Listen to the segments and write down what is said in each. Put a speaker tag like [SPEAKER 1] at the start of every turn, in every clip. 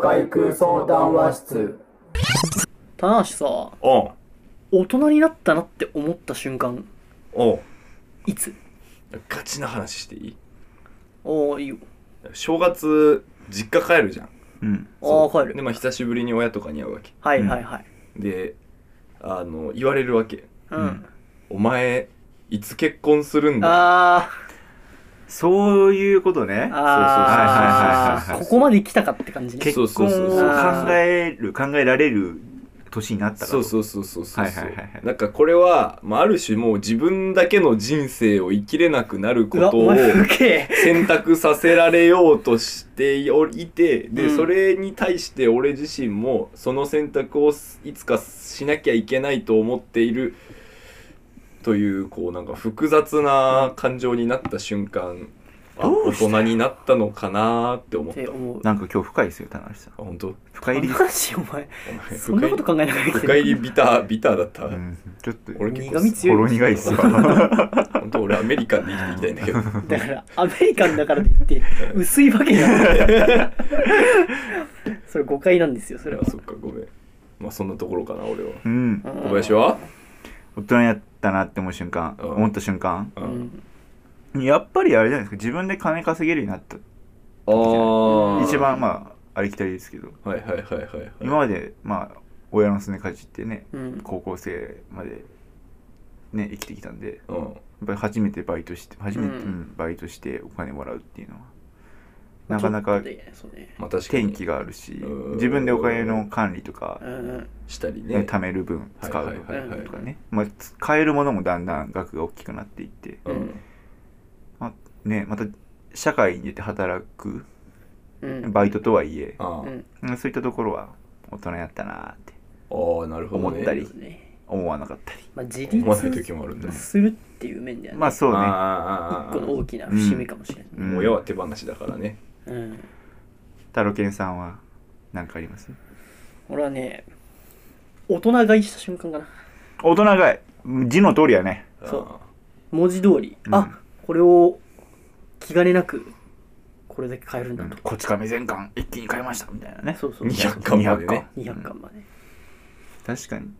[SPEAKER 1] 海空相談話室
[SPEAKER 2] 棚橋さ
[SPEAKER 3] おう
[SPEAKER 2] 大人になったなって思った瞬間
[SPEAKER 3] おう
[SPEAKER 2] いつ
[SPEAKER 3] ガチな話していい
[SPEAKER 2] おおいいよ
[SPEAKER 3] 正月実家帰るじゃん
[SPEAKER 1] うん
[SPEAKER 2] ああ
[SPEAKER 3] そう
[SPEAKER 2] 帰
[SPEAKER 3] で
[SPEAKER 2] る
[SPEAKER 3] まあ久しぶりに親とかに会うわけ
[SPEAKER 2] はいはいはい
[SPEAKER 3] であの言われるわけ
[SPEAKER 2] うん、
[SPEAKER 1] うん
[SPEAKER 3] お前いつ結婚するんだ
[SPEAKER 2] あ
[SPEAKER 1] そういうこと
[SPEAKER 2] ー
[SPEAKER 1] ね
[SPEAKER 2] あ
[SPEAKER 1] そうそうそうはいはいはい
[SPEAKER 2] ー
[SPEAKER 1] はい
[SPEAKER 2] ここまで来たかって感じね
[SPEAKER 3] け
[SPEAKER 1] 結婚を
[SPEAKER 3] そうそう
[SPEAKER 2] そう
[SPEAKER 1] 考える考えられる年になったから
[SPEAKER 3] そうそうそうそうそう、
[SPEAKER 1] はいはいはいはい
[SPEAKER 3] なんかこれは、まあ、ある種もう自分だけの人生を生きれなくなるこ
[SPEAKER 2] うわ
[SPEAKER 3] と
[SPEAKER 2] お
[SPEAKER 3] を
[SPEAKER 2] 前すげえ
[SPEAKER 3] 選択させられようとしておいてで、
[SPEAKER 2] うん
[SPEAKER 3] それに対して俺自身もその選択をいつかしなきゃいけないと思っているというこうなんか複雑な感情になった瞬間、あ
[SPEAKER 1] ど
[SPEAKER 3] 大
[SPEAKER 1] うした
[SPEAKER 3] 人になったのかなーって思っ。
[SPEAKER 2] ったて
[SPEAKER 3] あ
[SPEAKER 2] 思う
[SPEAKER 1] なんか今日深いですよ田中さん
[SPEAKER 3] 本当
[SPEAKER 1] 深入りです
[SPEAKER 2] 棚橋お前
[SPEAKER 3] お前
[SPEAKER 2] そんなこと考えながら生きて
[SPEAKER 3] 深入りビタービターだった、
[SPEAKER 1] うんちょっと
[SPEAKER 3] 俺結構
[SPEAKER 2] 苦味
[SPEAKER 1] ほ
[SPEAKER 2] 強
[SPEAKER 1] ろ
[SPEAKER 2] い
[SPEAKER 1] 苦いっすよ
[SPEAKER 3] 本当俺アメリカンで生きていきたいんだけど
[SPEAKER 2] だからアメリカンだからといって薄いわけじゃないそれ誤解なんですよそれは
[SPEAKER 3] あそっかごめんまあそんなところかな俺は
[SPEAKER 1] うん
[SPEAKER 2] うん
[SPEAKER 3] 小林は、
[SPEAKER 1] 大人になったなって思う瞬間
[SPEAKER 3] うん
[SPEAKER 1] 思った瞬間
[SPEAKER 3] う
[SPEAKER 2] うんん
[SPEAKER 1] やっぱりあれじゃないですか自分で金稼げるようになった
[SPEAKER 3] あー
[SPEAKER 1] 一番まあありきたりですけど
[SPEAKER 3] はいはいはいはいはい
[SPEAKER 1] 今までまあ親のすねかじってね
[SPEAKER 2] うん
[SPEAKER 1] 高校生までね生きてきたんで
[SPEAKER 3] うん
[SPEAKER 1] やっぱり初めてバイトして初めて、
[SPEAKER 2] うん
[SPEAKER 1] うんバイトしてお金もらうっていうのはなかなか
[SPEAKER 2] ちょっとねそうね
[SPEAKER 3] まあ確か
[SPEAKER 1] 天
[SPEAKER 3] に
[SPEAKER 1] 気があるし
[SPEAKER 3] うん
[SPEAKER 1] 自分でお金の管理とか
[SPEAKER 2] う、ん
[SPEAKER 3] したり
[SPEAKER 1] ね
[SPEAKER 3] ね
[SPEAKER 1] 貯める分使う分とか
[SPEAKER 3] はい
[SPEAKER 1] ね、
[SPEAKER 3] はいはいはい
[SPEAKER 1] まあ、つ買えるものもだんだん額が大きくなっていって、
[SPEAKER 3] うん
[SPEAKER 1] ね、また社会に出て働く
[SPEAKER 2] うんうん
[SPEAKER 1] バイトとはいえ、
[SPEAKER 3] あ
[SPEAKER 2] うん
[SPEAKER 1] うんそういったところは大人やったなーって
[SPEAKER 3] あああなるほどね
[SPEAKER 1] 思ったり
[SPEAKER 2] そうね
[SPEAKER 1] 思わなかったり
[SPEAKER 2] まあ自
[SPEAKER 3] 思わない時
[SPEAKER 2] 立
[SPEAKER 3] もあるんだ
[SPEAKER 2] するっていう面ではね
[SPEAKER 1] まあそうね
[SPEAKER 3] あ
[SPEAKER 2] 一
[SPEAKER 3] ーあーあ
[SPEAKER 2] 個
[SPEAKER 3] ー
[SPEAKER 2] の大きな節目かもしれない
[SPEAKER 1] うん
[SPEAKER 3] 親は手放しだからね
[SPEAKER 2] うん
[SPEAKER 1] 太郎健さんは何かあります
[SPEAKER 2] 俺はね大人買いした瞬間かな
[SPEAKER 1] 大人がい字の通りやね
[SPEAKER 2] そう
[SPEAKER 3] あ
[SPEAKER 2] 文字通り、
[SPEAKER 1] うん
[SPEAKER 2] あこれを気兼ねなくこれだけ買えるんだと、
[SPEAKER 1] こち亀全巻一気に買いましたみたいなね
[SPEAKER 2] そうそう
[SPEAKER 3] ー200巻までね
[SPEAKER 2] 200巻まで、
[SPEAKER 1] 確かに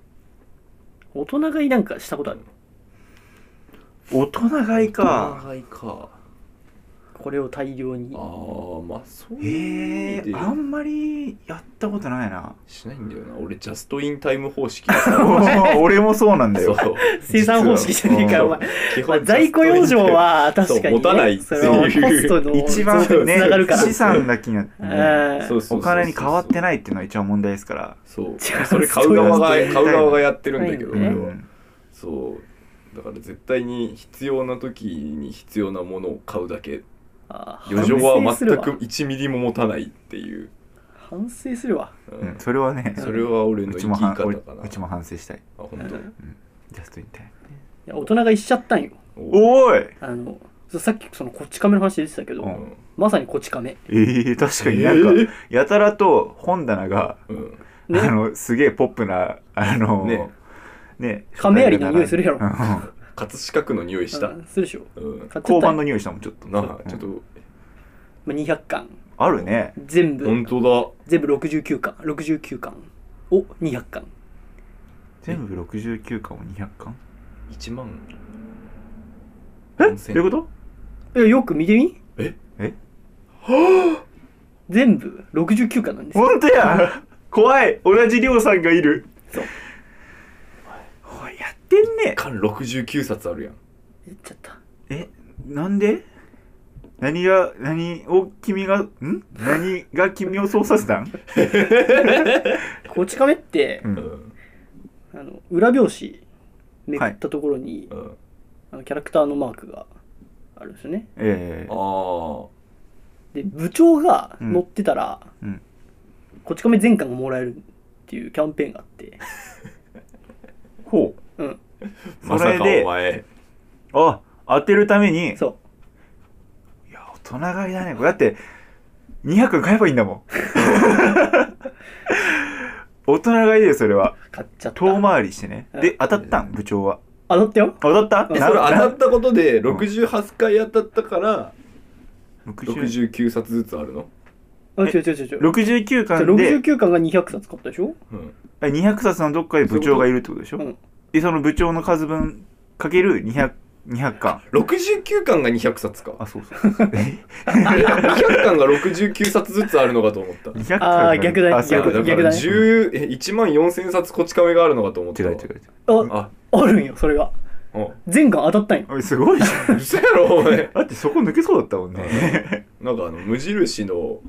[SPEAKER 2] 大人買いなんかしたことある
[SPEAKER 1] 大人買いか
[SPEAKER 3] 大人買いか
[SPEAKER 2] これを大量に
[SPEAKER 3] ああまあそうい
[SPEAKER 1] へえ
[SPEAKER 3] う意味で
[SPEAKER 1] あんまりやったことないな
[SPEAKER 3] しないんだよな俺ジャストインタイム方式だから
[SPEAKER 1] 俺もそうなんだよ
[SPEAKER 3] そう
[SPEAKER 2] 生産方式じゃねえかお前、
[SPEAKER 3] 基
[SPEAKER 2] まあ、
[SPEAKER 3] 本
[SPEAKER 2] 在庫養生は
[SPEAKER 3] ジャ
[SPEAKER 2] 確
[SPEAKER 3] スト
[SPEAKER 2] か
[SPEAKER 3] イ
[SPEAKER 2] に、ね、
[SPEAKER 3] ンタイムそう持たないっていう
[SPEAKER 2] それはコストの
[SPEAKER 1] 一
[SPEAKER 2] 増加
[SPEAKER 1] 番
[SPEAKER 2] に
[SPEAKER 1] ね
[SPEAKER 2] つながるから、
[SPEAKER 1] 資産だけにな
[SPEAKER 2] うん
[SPEAKER 3] そうそうそうそう
[SPEAKER 1] お金に変わってないっていうのが一番問題ですから
[SPEAKER 3] そう
[SPEAKER 2] ジャスト
[SPEAKER 3] それ買う側が
[SPEAKER 1] イ
[SPEAKER 3] 買
[SPEAKER 1] ン
[SPEAKER 3] う
[SPEAKER 1] タイム
[SPEAKER 3] 側がやってるんだけど
[SPEAKER 2] ね
[SPEAKER 3] 俺
[SPEAKER 1] う
[SPEAKER 3] は
[SPEAKER 1] ん
[SPEAKER 3] そうだから絶対に必要な時に必要なものを買うだけ
[SPEAKER 2] あー
[SPEAKER 3] 余剰は
[SPEAKER 2] 反省する
[SPEAKER 3] 全
[SPEAKER 2] わ
[SPEAKER 3] く1ミリも持たないっていう、
[SPEAKER 2] 反省するわ
[SPEAKER 3] うん
[SPEAKER 1] うんそれはね
[SPEAKER 3] それは俺の生
[SPEAKER 1] うち
[SPEAKER 3] き
[SPEAKER 1] も
[SPEAKER 3] 方
[SPEAKER 1] は
[SPEAKER 3] か
[SPEAKER 1] 俺
[SPEAKER 3] な
[SPEAKER 1] うちも反省したい
[SPEAKER 3] あ
[SPEAKER 2] う
[SPEAKER 3] 本
[SPEAKER 2] ん
[SPEAKER 1] ジャストインタイム
[SPEAKER 2] いや大人買いしちゃったんよ
[SPEAKER 3] 当
[SPEAKER 1] おーい
[SPEAKER 2] あのそうさっきそのこっち亀の話出てたけど、
[SPEAKER 1] うん
[SPEAKER 2] まさにこち亀
[SPEAKER 1] ええ確かになんかやたらと本棚が
[SPEAKER 3] うん
[SPEAKER 2] ね
[SPEAKER 1] あのすげえポップなあの
[SPEAKER 3] ね
[SPEAKER 1] ね
[SPEAKER 2] 亀有りの匂いするやろ
[SPEAKER 1] うん
[SPEAKER 3] 葛飾区の匂いした、
[SPEAKER 2] うんするでしょ
[SPEAKER 3] うん、
[SPEAKER 2] 買っちゃ
[SPEAKER 1] 交
[SPEAKER 2] ったんよ
[SPEAKER 1] 番の匂いしたもんちょっと
[SPEAKER 3] なあちょっ
[SPEAKER 1] うん
[SPEAKER 3] と
[SPEAKER 2] まあ、200巻
[SPEAKER 1] あるね
[SPEAKER 2] 全部
[SPEAKER 3] 本当
[SPEAKER 2] 全部69巻69巻を200巻
[SPEAKER 1] 全部69巻を200巻
[SPEAKER 3] だ1万4000
[SPEAKER 1] えどういうこと
[SPEAKER 2] えよく見てみ
[SPEAKER 3] え
[SPEAKER 1] え
[SPEAKER 2] 全部69巻なんですよ
[SPEAKER 1] 本当や 怖い同じ量さんがいる
[SPEAKER 2] そう
[SPEAKER 1] おいやってんね
[SPEAKER 3] 巻69冊あるやん
[SPEAKER 2] 言っちゃった
[SPEAKER 1] えなんで何が何を君がん何が君をそうさせたん
[SPEAKER 2] こち亀って
[SPEAKER 1] う、
[SPEAKER 3] うんん
[SPEAKER 2] あの裏表紙めくったところに、
[SPEAKER 3] うん
[SPEAKER 2] あのキャラクターのマークがあるんですよね
[SPEAKER 1] ええ
[SPEAKER 3] ああ
[SPEAKER 2] で部長が乗ってたら、
[SPEAKER 1] うん
[SPEAKER 2] こち亀全巻がもらえるっていうキャンペーンがあって
[SPEAKER 1] ほう
[SPEAKER 2] うん
[SPEAKER 3] ま
[SPEAKER 1] そ
[SPEAKER 3] さ
[SPEAKER 1] れ
[SPEAKER 3] か
[SPEAKER 1] で
[SPEAKER 3] お前
[SPEAKER 1] あ当てるために
[SPEAKER 2] そ
[SPEAKER 1] いや大人買いだねこれだって200巻買えばいいんだも ん大人買いだよそれは
[SPEAKER 2] う買っちゃった
[SPEAKER 1] 遠回りしてね
[SPEAKER 2] うん
[SPEAKER 1] で当たったん部長は
[SPEAKER 2] あだったよ
[SPEAKER 1] あ当たった
[SPEAKER 3] えそれ当たったことで68回当たったから69冊ずつあるの
[SPEAKER 2] あ、違う違う違う違う。
[SPEAKER 1] 69
[SPEAKER 2] じゃあ
[SPEAKER 1] 巻で
[SPEAKER 2] 69巻が200冊買ったでしょ
[SPEAKER 3] うん、
[SPEAKER 1] え200冊のどっかで部長がいるってことでしょ
[SPEAKER 2] うん
[SPEAKER 1] でその部長の数分かける200 200巻
[SPEAKER 3] 69巻が200冊か
[SPEAKER 1] あそうそう そうえ
[SPEAKER 3] 200巻が69冊ずつあるのかと思った
[SPEAKER 1] 200巻
[SPEAKER 2] あー逆だ
[SPEAKER 1] あそう
[SPEAKER 3] だから
[SPEAKER 2] 逆だね
[SPEAKER 3] 10え1万4000冊こち亀があるのかと思っ
[SPEAKER 1] 違
[SPEAKER 3] て
[SPEAKER 1] う
[SPEAKER 3] た
[SPEAKER 1] 違う
[SPEAKER 3] わ
[SPEAKER 1] 違う
[SPEAKER 2] あ、
[SPEAKER 3] あ
[SPEAKER 2] あるんよ、それが。
[SPEAKER 3] うん
[SPEAKER 2] 全巻当たったんよ。
[SPEAKER 1] おいすごいじ ゃん
[SPEAKER 3] 嘘やろお前
[SPEAKER 1] だってそこ抜けそうだったもんね
[SPEAKER 3] なんかあの無印の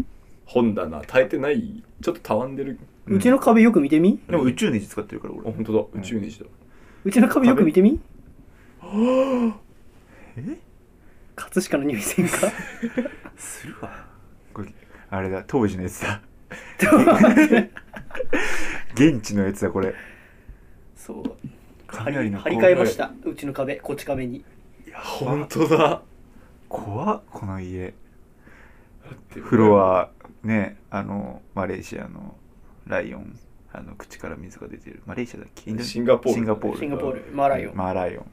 [SPEAKER 3] 本棚耐えてないちょっとたわんでる
[SPEAKER 2] うちの壁よく見てみ
[SPEAKER 1] でも宇宙ネジ使ってるから
[SPEAKER 3] あ
[SPEAKER 1] 俺
[SPEAKER 3] 本当だ宇宙ネジだ、
[SPEAKER 2] うちの壁よく見てみ
[SPEAKER 1] え
[SPEAKER 2] 葛飾の入選 か
[SPEAKER 1] するわこれあれだ当時のやつだ 現地のやつだこれ
[SPEAKER 2] そう張り
[SPEAKER 1] 雷の
[SPEAKER 2] 張り
[SPEAKER 1] 怖
[SPEAKER 2] 替え
[SPEAKER 1] い
[SPEAKER 2] ましたうちの壁こっち壁に
[SPEAKER 3] いや本当だだ
[SPEAKER 1] 怖っこの家
[SPEAKER 3] って
[SPEAKER 1] フロアねあのマレーシアのライオンあの口から水が出てるマレーシアだっけインド
[SPEAKER 3] シンガポール
[SPEAKER 1] シンガポール
[SPEAKER 2] シンガポールマーライオン、
[SPEAKER 1] マーライオン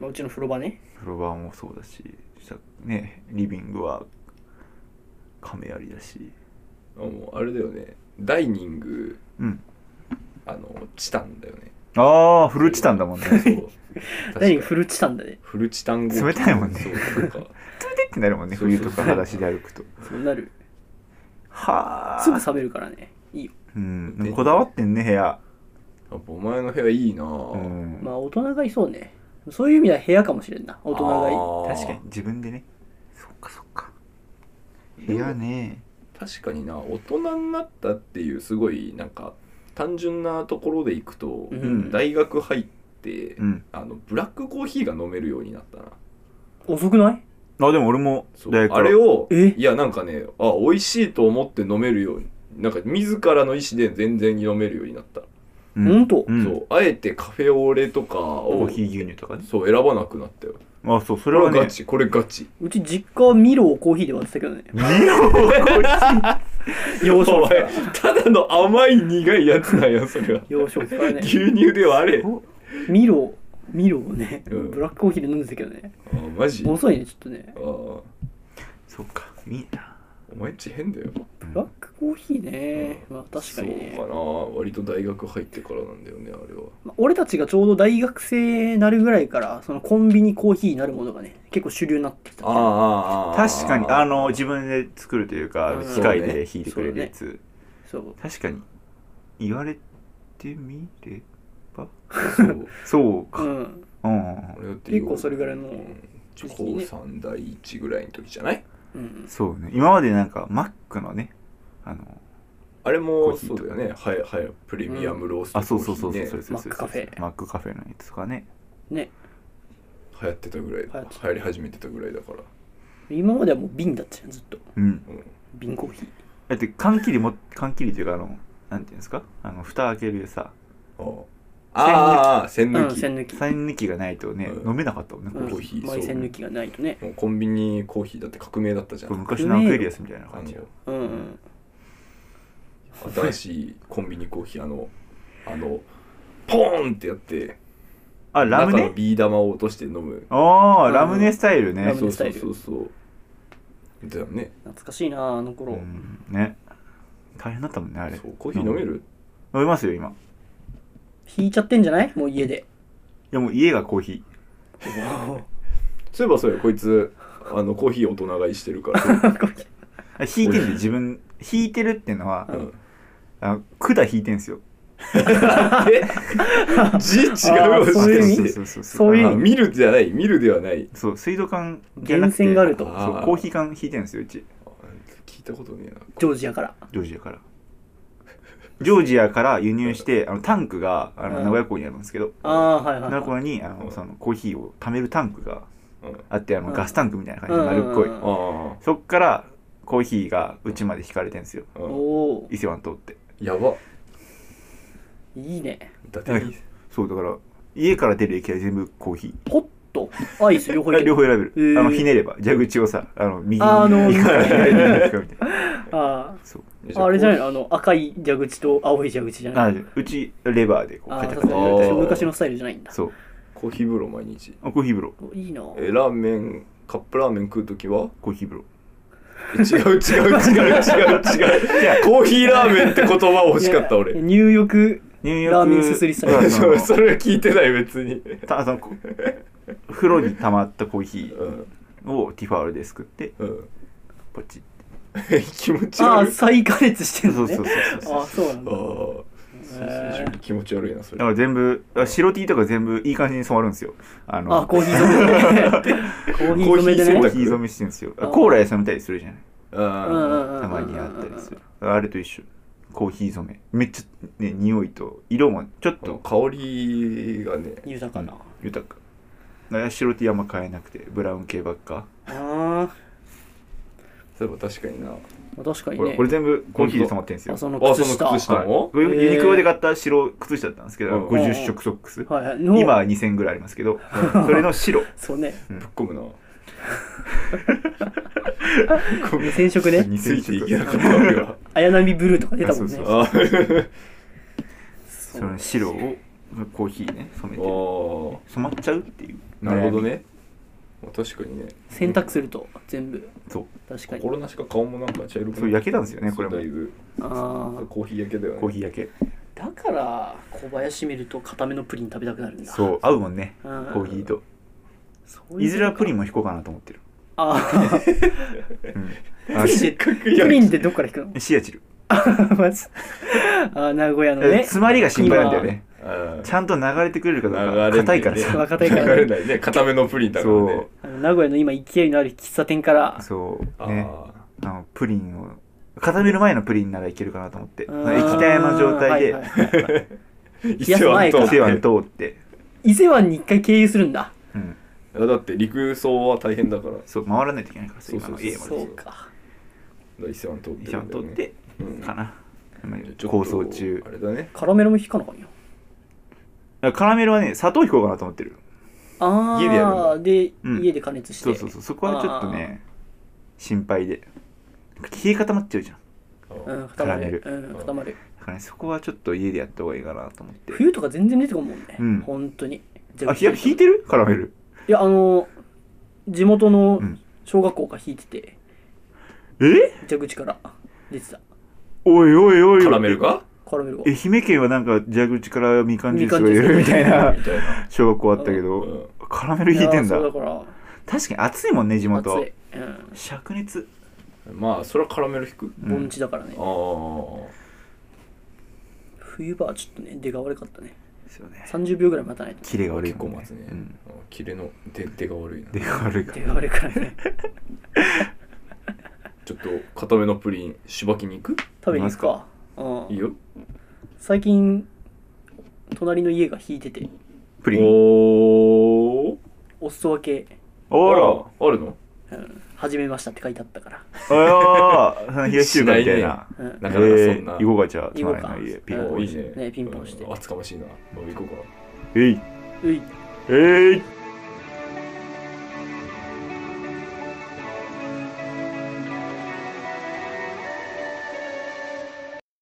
[SPEAKER 2] まあ、うちの風呂場ね
[SPEAKER 1] フロアもそうだしさねリビングは亀有だし
[SPEAKER 3] あもうあれだよねダイニング
[SPEAKER 1] うん
[SPEAKER 3] あのチタンだよ ね
[SPEAKER 1] ああフルチタンだもんね
[SPEAKER 3] そう確か
[SPEAKER 2] 何
[SPEAKER 3] に
[SPEAKER 2] フルチタンだね
[SPEAKER 3] フルチタン号
[SPEAKER 1] 冷たいもんね
[SPEAKER 3] そうなんか
[SPEAKER 1] ってなるもんね
[SPEAKER 3] そうそう
[SPEAKER 1] 冬
[SPEAKER 3] そう
[SPEAKER 1] とか裸足で歩くと
[SPEAKER 2] そうなる
[SPEAKER 1] はあ
[SPEAKER 2] すぐ冷めるからねいいよ
[SPEAKER 1] うんこだわってんね部屋
[SPEAKER 3] やっぱお前の部屋いいな
[SPEAKER 1] う
[SPEAKER 3] ぁ、
[SPEAKER 1] ん
[SPEAKER 2] まあ大人がいそうねそういう意味では部屋かもしれんな大人がいい
[SPEAKER 3] あー
[SPEAKER 1] 確かに自分でねそっかそっか部屋ね
[SPEAKER 3] 確かにな大人になったっていうすごいなんか単純なところでいくと、
[SPEAKER 2] うん
[SPEAKER 3] 大学入って、
[SPEAKER 1] うん
[SPEAKER 3] あのブラックコーヒーが飲めるようになったな
[SPEAKER 2] 遅くない
[SPEAKER 1] あでも俺も
[SPEAKER 3] そう
[SPEAKER 1] 大学
[SPEAKER 3] あれを
[SPEAKER 2] え
[SPEAKER 3] いやなんかねあ美味しいと思って飲めるようになんか自らの意思で全然飲めるようになった、
[SPEAKER 1] うん
[SPEAKER 2] ほんと
[SPEAKER 1] うん
[SPEAKER 3] そうあえてカフェオレとか
[SPEAKER 1] コー
[SPEAKER 3] を
[SPEAKER 1] ヒー牛乳とかね
[SPEAKER 3] そう選ばなくなったよ
[SPEAKER 1] あそうそ
[SPEAKER 3] こ
[SPEAKER 1] れ
[SPEAKER 3] れ
[SPEAKER 1] は
[SPEAKER 3] は
[SPEAKER 1] ね
[SPEAKER 3] ガチこれガチ
[SPEAKER 2] うち実家はミロをコーヒーで割ってたけどね
[SPEAKER 1] ミロコーヒー
[SPEAKER 2] 幼
[SPEAKER 3] お
[SPEAKER 2] 少期か
[SPEAKER 3] 前
[SPEAKER 2] ら
[SPEAKER 3] ただの甘い苦いやつなんやそれは
[SPEAKER 2] 幼少期からね
[SPEAKER 3] 牛乳では あれ
[SPEAKER 1] お
[SPEAKER 2] ミロミロをね、
[SPEAKER 3] うん
[SPEAKER 2] ブラックコーヒーで飲んでたけどね
[SPEAKER 3] あマジあ
[SPEAKER 2] 遅いねちょっとね
[SPEAKER 3] お
[SPEAKER 1] そっかいいな
[SPEAKER 3] 前んち変だよ
[SPEAKER 2] ブラックコーヒーね、まあ確かにね
[SPEAKER 3] そうかな割と大学入ってからなんだよねあれは
[SPEAKER 2] まあ俺たちがちょうど大学生なるぐらいからそのコンビニコーヒーになるものがね結構主流になってきた
[SPEAKER 3] あ
[SPEAKER 1] 確かにあの自分で作るというか
[SPEAKER 2] うん
[SPEAKER 1] 機械で引いてくれるやつ
[SPEAKER 2] そう
[SPEAKER 1] 確かに言われてみれば
[SPEAKER 3] そう
[SPEAKER 1] そう
[SPEAKER 2] う
[SPEAKER 1] か
[SPEAKER 2] ん
[SPEAKER 1] うんうんうん
[SPEAKER 3] 俺だって
[SPEAKER 2] 結構それぐらいの
[SPEAKER 3] うん
[SPEAKER 2] 時期に
[SPEAKER 3] 高
[SPEAKER 2] ね
[SPEAKER 3] 三第一ぐらいの時じゃない
[SPEAKER 2] うん
[SPEAKER 1] そうね今までなんかマックのねあの
[SPEAKER 3] あれ
[SPEAKER 1] コ
[SPEAKER 3] も
[SPEAKER 1] ーヒー
[SPEAKER 3] そ
[SPEAKER 1] と
[SPEAKER 3] うだよねはやはやプレミアムロースト
[SPEAKER 1] あ
[SPEAKER 3] コ
[SPEAKER 1] そう
[SPEAKER 3] ー
[SPEAKER 1] そう
[SPEAKER 3] ヒ
[SPEAKER 1] そうそ
[SPEAKER 3] ー
[SPEAKER 1] う
[SPEAKER 3] ね
[SPEAKER 1] そうそ
[SPEAKER 2] マックカ
[SPEAKER 1] うそう
[SPEAKER 2] フェ
[SPEAKER 1] マックカフェのやつとかね
[SPEAKER 2] ね
[SPEAKER 3] 流行ってたぐらい
[SPEAKER 2] 流行って
[SPEAKER 3] 流
[SPEAKER 2] た
[SPEAKER 3] 行り始めてたぐらいだから
[SPEAKER 2] 今まではもう瓶だったじゃんずっと
[SPEAKER 1] うん
[SPEAKER 3] うん
[SPEAKER 2] 瓶コーヒー
[SPEAKER 1] だって缶切りも缶切りというかあのなんていうんですかあの蓋開けるさ
[SPEAKER 3] あーあー栓
[SPEAKER 2] う
[SPEAKER 3] 抜
[SPEAKER 2] ん
[SPEAKER 3] き
[SPEAKER 2] 栓抜き
[SPEAKER 1] サイン抜きがないとね、
[SPEAKER 3] うん
[SPEAKER 1] 飲めなかったもんね
[SPEAKER 2] うん
[SPEAKER 1] コーヒ
[SPEAKER 3] ヒー
[SPEAKER 2] 前
[SPEAKER 3] そう
[SPEAKER 2] 栓抜きがないとね
[SPEAKER 3] もうコンビニコーヒーだって革命だったじゃ
[SPEAKER 1] ー
[SPEAKER 3] ん
[SPEAKER 1] 昔のアクエリアスみたいな
[SPEAKER 3] あ
[SPEAKER 1] 感じよ
[SPEAKER 3] の
[SPEAKER 2] うんうん
[SPEAKER 3] 新しいコンビニコーヒーあのあのポーンってやって
[SPEAKER 1] あラム
[SPEAKER 3] 中の
[SPEAKER 1] ネ
[SPEAKER 3] ビー玉を落として飲む
[SPEAKER 1] ああ
[SPEAKER 2] うん
[SPEAKER 1] ラムネスタイルね
[SPEAKER 2] ラム
[SPEAKER 3] そ
[SPEAKER 2] ネ
[SPEAKER 3] う
[SPEAKER 2] スタ
[SPEAKER 3] そ
[SPEAKER 2] イ
[SPEAKER 3] う
[SPEAKER 2] ル
[SPEAKER 3] そうそうだよね
[SPEAKER 2] 懐かしいなあの頃
[SPEAKER 1] うんね大変だったもんねあれ
[SPEAKER 3] そうコーヒー飲める
[SPEAKER 1] 飲めますよ今い
[SPEAKER 2] 引いちゃってんじゃないもう家で
[SPEAKER 1] やもう家がコーヒ
[SPEAKER 3] そういえばそうやこいつあのコーヒー大人買いしてるから、
[SPEAKER 1] ーあ引いてるんで自分引いてるってのは、
[SPEAKER 3] うん、
[SPEAKER 1] あの管引いてんすよ
[SPEAKER 3] 字違うよ
[SPEAKER 2] あーそういう意味
[SPEAKER 3] 字
[SPEAKER 1] そうそう
[SPEAKER 2] そういう意
[SPEAKER 3] あ
[SPEAKER 2] 味
[SPEAKER 3] 見るじゃない見るではない
[SPEAKER 1] そう水道管じゃなく
[SPEAKER 2] 源
[SPEAKER 1] て
[SPEAKER 2] 泉があると
[SPEAKER 1] そう
[SPEAKER 3] あー
[SPEAKER 1] コーヒー缶引いてるんですようち
[SPEAKER 3] あ聞いたことねえな
[SPEAKER 2] ジョージアから
[SPEAKER 1] ジョージアからジョージアから輸入してあのタンクがあの
[SPEAKER 2] うん
[SPEAKER 1] 名古屋港にあるんですけど
[SPEAKER 2] ああはい
[SPEAKER 1] 名
[SPEAKER 2] はい
[SPEAKER 1] 古
[SPEAKER 2] はい
[SPEAKER 1] 屋にあのそのコーヒーを貯めるタンクが
[SPEAKER 3] うん、あ
[SPEAKER 1] あってあの
[SPEAKER 2] うん
[SPEAKER 1] ガスタンクみたいな感じで丸っこい
[SPEAKER 2] うん
[SPEAKER 3] あー
[SPEAKER 1] そっからコーヒーがうちまで引かれてんですよ
[SPEAKER 3] あー
[SPEAKER 2] おお
[SPEAKER 1] 伊勢湾通って
[SPEAKER 3] やば
[SPEAKER 2] いいね
[SPEAKER 3] だっていい
[SPEAKER 1] そうだから家から出る駅は全部コーヒ
[SPEAKER 2] ホットアイス両方い
[SPEAKER 1] ー
[SPEAKER 2] け
[SPEAKER 1] 両
[SPEAKER 2] る
[SPEAKER 1] 方選べ
[SPEAKER 2] へ
[SPEAKER 1] る
[SPEAKER 2] ー
[SPEAKER 1] あのひねれば蛇口をさあの右に
[SPEAKER 2] あーあの
[SPEAKER 1] 右から左に行くかみたいな
[SPEAKER 2] あ
[SPEAKER 1] そう
[SPEAKER 2] ああれじゃない
[SPEAKER 3] い
[SPEAKER 2] のあの赤い蛇口と青い蛇口じゃない
[SPEAKER 1] あうちレバーでこう
[SPEAKER 2] あ
[SPEAKER 1] カ
[SPEAKER 2] あ
[SPEAKER 1] チ
[SPEAKER 2] さ
[SPEAKER 1] ャカ
[SPEAKER 2] す
[SPEAKER 1] チ
[SPEAKER 2] が
[SPEAKER 1] ャ
[SPEAKER 2] に
[SPEAKER 1] やりたい
[SPEAKER 3] あー
[SPEAKER 2] 昔のスタイルじゃないんだ
[SPEAKER 1] そう
[SPEAKER 3] コーヒー風呂毎日
[SPEAKER 1] あコーヒー風呂
[SPEAKER 2] いいな
[SPEAKER 3] えラーメンカップラーメン食う時は
[SPEAKER 1] コーヒー風呂
[SPEAKER 3] 違う違う違う違う違う。
[SPEAKER 1] いや
[SPEAKER 3] コーヒーラーメンって言葉欲しかった俺。
[SPEAKER 2] 入浴
[SPEAKER 1] 入
[SPEAKER 2] ラーメンすすりさ
[SPEAKER 1] うん
[SPEAKER 2] れ
[SPEAKER 1] あ の
[SPEAKER 3] それは聞いてない別に。
[SPEAKER 1] たあのこ風呂に溜まったコーヒ
[SPEAKER 3] うん
[SPEAKER 1] ーをティファールで作って
[SPEAKER 3] うん。
[SPEAKER 1] ポチって
[SPEAKER 3] 気持ち
[SPEAKER 2] ああ
[SPEAKER 3] 悪い。
[SPEAKER 2] 再加熱してる
[SPEAKER 1] そ
[SPEAKER 2] の
[SPEAKER 1] う
[SPEAKER 2] ね
[SPEAKER 1] そうそうそう
[SPEAKER 2] ああそうなんだ
[SPEAKER 3] あ
[SPEAKER 2] へ
[SPEAKER 3] あ。気持ち悪いなそ
[SPEAKER 1] だ
[SPEAKER 3] れ
[SPEAKER 1] か。ら全部あ白 T とか全部いい感じに染まるんですよあの
[SPEAKER 2] あコーヒー染めコーヒー 染めで
[SPEAKER 3] コーヒー染め
[SPEAKER 1] コ
[SPEAKER 2] ね
[SPEAKER 1] ーヒー染めしてるんですよ
[SPEAKER 2] あ
[SPEAKER 1] あコーラで染めたりするじゃない
[SPEAKER 3] あ
[SPEAKER 1] たまにあったりするあれと一緒コーヒー染めめっちゃね匂いと色もちょっ
[SPEAKER 3] あ。
[SPEAKER 1] と
[SPEAKER 3] 香りがね。
[SPEAKER 2] 豊かな
[SPEAKER 1] 豊かだから白 T あんま買えなくてブラウン系ばっか
[SPEAKER 2] あ
[SPEAKER 3] そういえば確かにな。
[SPEAKER 2] あ確かに
[SPEAKER 1] これ
[SPEAKER 2] ね
[SPEAKER 1] これ全部コーヒーで染まってるんですよ
[SPEAKER 2] あその
[SPEAKER 3] あ
[SPEAKER 2] 靴
[SPEAKER 3] そ
[SPEAKER 2] 下
[SPEAKER 3] の靴下
[SPEAKER 1] はい
[SPEAKER 3] も
[SPEAKER 1] これユニクロで買った白靴下だったんですけど、
[SPEAKER 3] うん
[SPEAKER 1] 50色ソックス、
[SPEAKER 2] はいはいの
[SPEAKER 1] 今は2000ぐらいありますけど、それの白
[SPEAKER 2] そうね
[SPEAKER 3] ぶっ込むな。
[SPEAKER 2] 染色ね
[SPEAKER 3] ついてい
[SPEAKER 1] 2000
[SPEAKER 3] けな
[SPEAKER 1] 色
[SPEAKER 3] かったわけは。
[SPEAKER 2] 綾波ブルーとか出たもんね
[SPEAKER 1] あそうそう
[SPEAKER 3] あ
[SPEAKER 1] その白をコーヒーね染めてる
[SPEAKER 3] あ。
[SPEAKER 1] 染まっちゃうっていう
[SPEAKER 3] なるほどね。まあ確かにね。
[SPEAKER 2] 洗濯すると全部
[SPEAKER 1] そう
[SPEAKER 2] 確かに
[SPEAKER 3] 心なしか顔もなんか茶色くなっ
[SPEAKER 1] そう焼けたんですよねこれも
[SPEAKER 3] そうだいぶ
[SPEAKER 2] ああ
[SPEAKER 3] コーヒー焼けだよね
[SPEAKER 1] コーヒー焼け
[SPEAKER 2] だから小林見ると固めのプリン食べたくなるんだ
[SPEAKER 1] そう合うもんね
[SPEAKER 2] う
[SPEAKER 1] コ
[SPEAKER 2] ん
[SPEAKER 1] ーヒーと
[SPEAKER 2] そう
[SPEAKER 1] いずれはプリン
[SPEAKER 2] も
[SPEAKER 1] も引こうかなと思ってる、
[SPEAKER 2] ああ
[SPEAKER 1] うん、あ
[SPEAKER 2] プリンでプリンってどっから引くの
[SPEAKER 1] シアチル
[SPEAKER 2] まずああ名古屋のね
[SPEAKER 1] 詰まりが心配なんだよね
[SPEAKER 3] うん
[SPEAKER 1] ちゃんと流れてくれるかどう
[SPEAKER 3] 流れない
[SPEAKER 1] か硬いから
[SPEAKER 2] わ
[SPEAKER 1] さ
[SPEAKER 2] 硬いから
[SPEAKER 3] 流れないね固めのプリンだからね
[SPEAKER 2] あの名古屋の今勢いのある喫茶店から
[SPEAKER 1] そう
[SPEAKER 3] あ
[SPEAKER 1] ね
[SPEAKER 3] ー
[SPEAKER 1] あのプリンを固める前のプリンならいけるかなと思って
[SPEAKER 2] うん
[SPEAKER 1] 液体の状態で、
[SPEAKER 2] はいはいはいはい
[SPEAKER 3] 伊
[SPEAKER 2] や
[SPEAKER 3] 勢湾
[SPEAKER 1] 伊
[SPEAKER 3] 通
[SPEAKER 1] 勢
[SPEAKER 3] っ
[SPEAKER 1] 湾
[SPEAKER 3] て
[SPEAKER 1] 通って、
[SPEAKER 2] 伊勢湾に一回経由するんだ
[SPEAKER 1] うん、
[SPEAKER 3] あだって陸送は大変だからだか
[SPEAKER 1] そう回らないといけないからさ今
[SPEAKER 3] そ
[SPEAKER 1] の
[SPEAKER 3] うそう
[SPEAKER 1] 家まで
[SPEAKER 2] そうから
[SPEAKER 3] 伊勢湾通って
[SPEAKER 1] 伊勢湾通って
[SPEAKER 3] な
[SPEAKER 1] かな、まあ構想中
[SPEAKER 3] あれだね
[SPEAKER 2] カラメラも引かなかんよ
[SPEAKER 1] カラメルはね砂糖引こうかなと思ってる
[SPEAKER 2] あ
[SPEAKER 3] 家でやるんだ
[SPEAKER 2] あで
[SPEAKER 1] うん
[SPEAKER 2] 家で加熱して
[SPEAKER 1] そうそうそうそこはちょっとね心配で冷え固まっちゃうじゃん
[SPEAKER 2] うん固まる
[SPEAKER 1] カ
[SPEAKER 2] うん固まる
[SPEAKER 1] だからねそこはちょっと家でやった方がいいかなと思って
[SPEAKER 2] 冬とか全然出てこんもんね、
[SPEAKER 1] うん
[SPEAKER 2] 本当に
[SPEAKER 1] あひや引い
[SPEAKER 2] い
[SPEAKER 1] てるカラメル
[SPEAKER 2] やあの地元の
[SPEAKER 1] うん
[SPEAKER 2] 小学校が引いてて
[SPEAKER 1] え
[SPEAKER 2] 蛇口から出てた
[SPEAKER 1] おいおいおいおい
[SPEAKER 3] カラメルか
[SPEAKER 2] カラメルが
[SPEAKER 1] 愛媛県はなんか蛇口からみかんジュースが出る
[SPEAKER 2] み
[SPEAKER 1] み
[SPEAKER 2] か
[SPEAKER 1] たいな
[SPEAKER 3] みたいな
[SPEAKER 1] 小学校あったけど、
[SPEAKER 3] うん
[SPEAKER 1] カラメル引いてんだ
[SPEAKER 2] やそうだから
[SPEAKER 1] 確かに暑いもんね地元
[SPEAKER 2] 暑い、うん、
[SPEAKER 1] 灼熱
[SPEAKER 3] まあそれはカラメル引く
[SPEAKER 1] うん
[SPEAKER 2] 盆地だからね、
[SPEAKER 3] ああ
[SPEAKER 2] 冬場はちょっとね出が悪かったね
[SPEAKER 1] ですよね
[SPEAKER 2] 30秒ぐらい待たない と
[SPEAKER 1] キレが悪い
[SPEAKER 3] 結
[SPEAKER 1] も
[SPEAKER 3] 構
[SPEAKER 1] んね
[SPEAKER 3] 待つね
[SPEAKER 1] うん
[SPEAKER 3] あキレの出出が悪いな
[SPEAKER 1] 出が悪いか
[SPEAKER 2] 出
[SPEAKER 1] ら
[SPEAKER 2] が悪いからね
[SPEAKER 3] ちょっと固めのプリンしばきに行く
[SPEAKER 2] 食べに行く
[SPEAKER 1] い
[SPEAKER 2] かうん
[SPEAKER 3] いいよ
[SPEAKER 2] 最近隣の家が引いてて
[SPEAKER 1] プリン
[SPEAKER 3] おー
[SPEAKER 2] お裾分け、
[SPEAKER 1] おら
[SPEAKER 3] あるの
[SPEAKER 2] うん、始めましたって書いてあったから、
[SPEAKER 1] およーその冷やし中華みたい
[SPEAKER 3] しない
[SPEAKER 1] な。
[SPEAKER 2] うん、
[SPEAKER 3] なかなかそん
[SPEAKER 1] え
[SPEAKER 3] な
[SPEAKER 1] ー行こうか、じゃあ、
[SPEAKER 2] 行こうか
[SPEAKER 1] 隣の家、ピン
[SPEAKER 2] う
[SPEAKER 1] ポ
[SPEAKER 2] ん
[SPEAKER 1] ン
[SPEAKER 3] い
[SPEAKER 1] 押し
[SPEAKER 3] い
[SPEAKER 1] て。
[SPEAKER 3] ね
[SPEAKER 2] ねピンポンして
[SPEAKER 3] うん厚かましいなもう行こうか
[SPEAKER 1] えい、
[SPEAKER 2] うい
[SPEAKER 1] えい、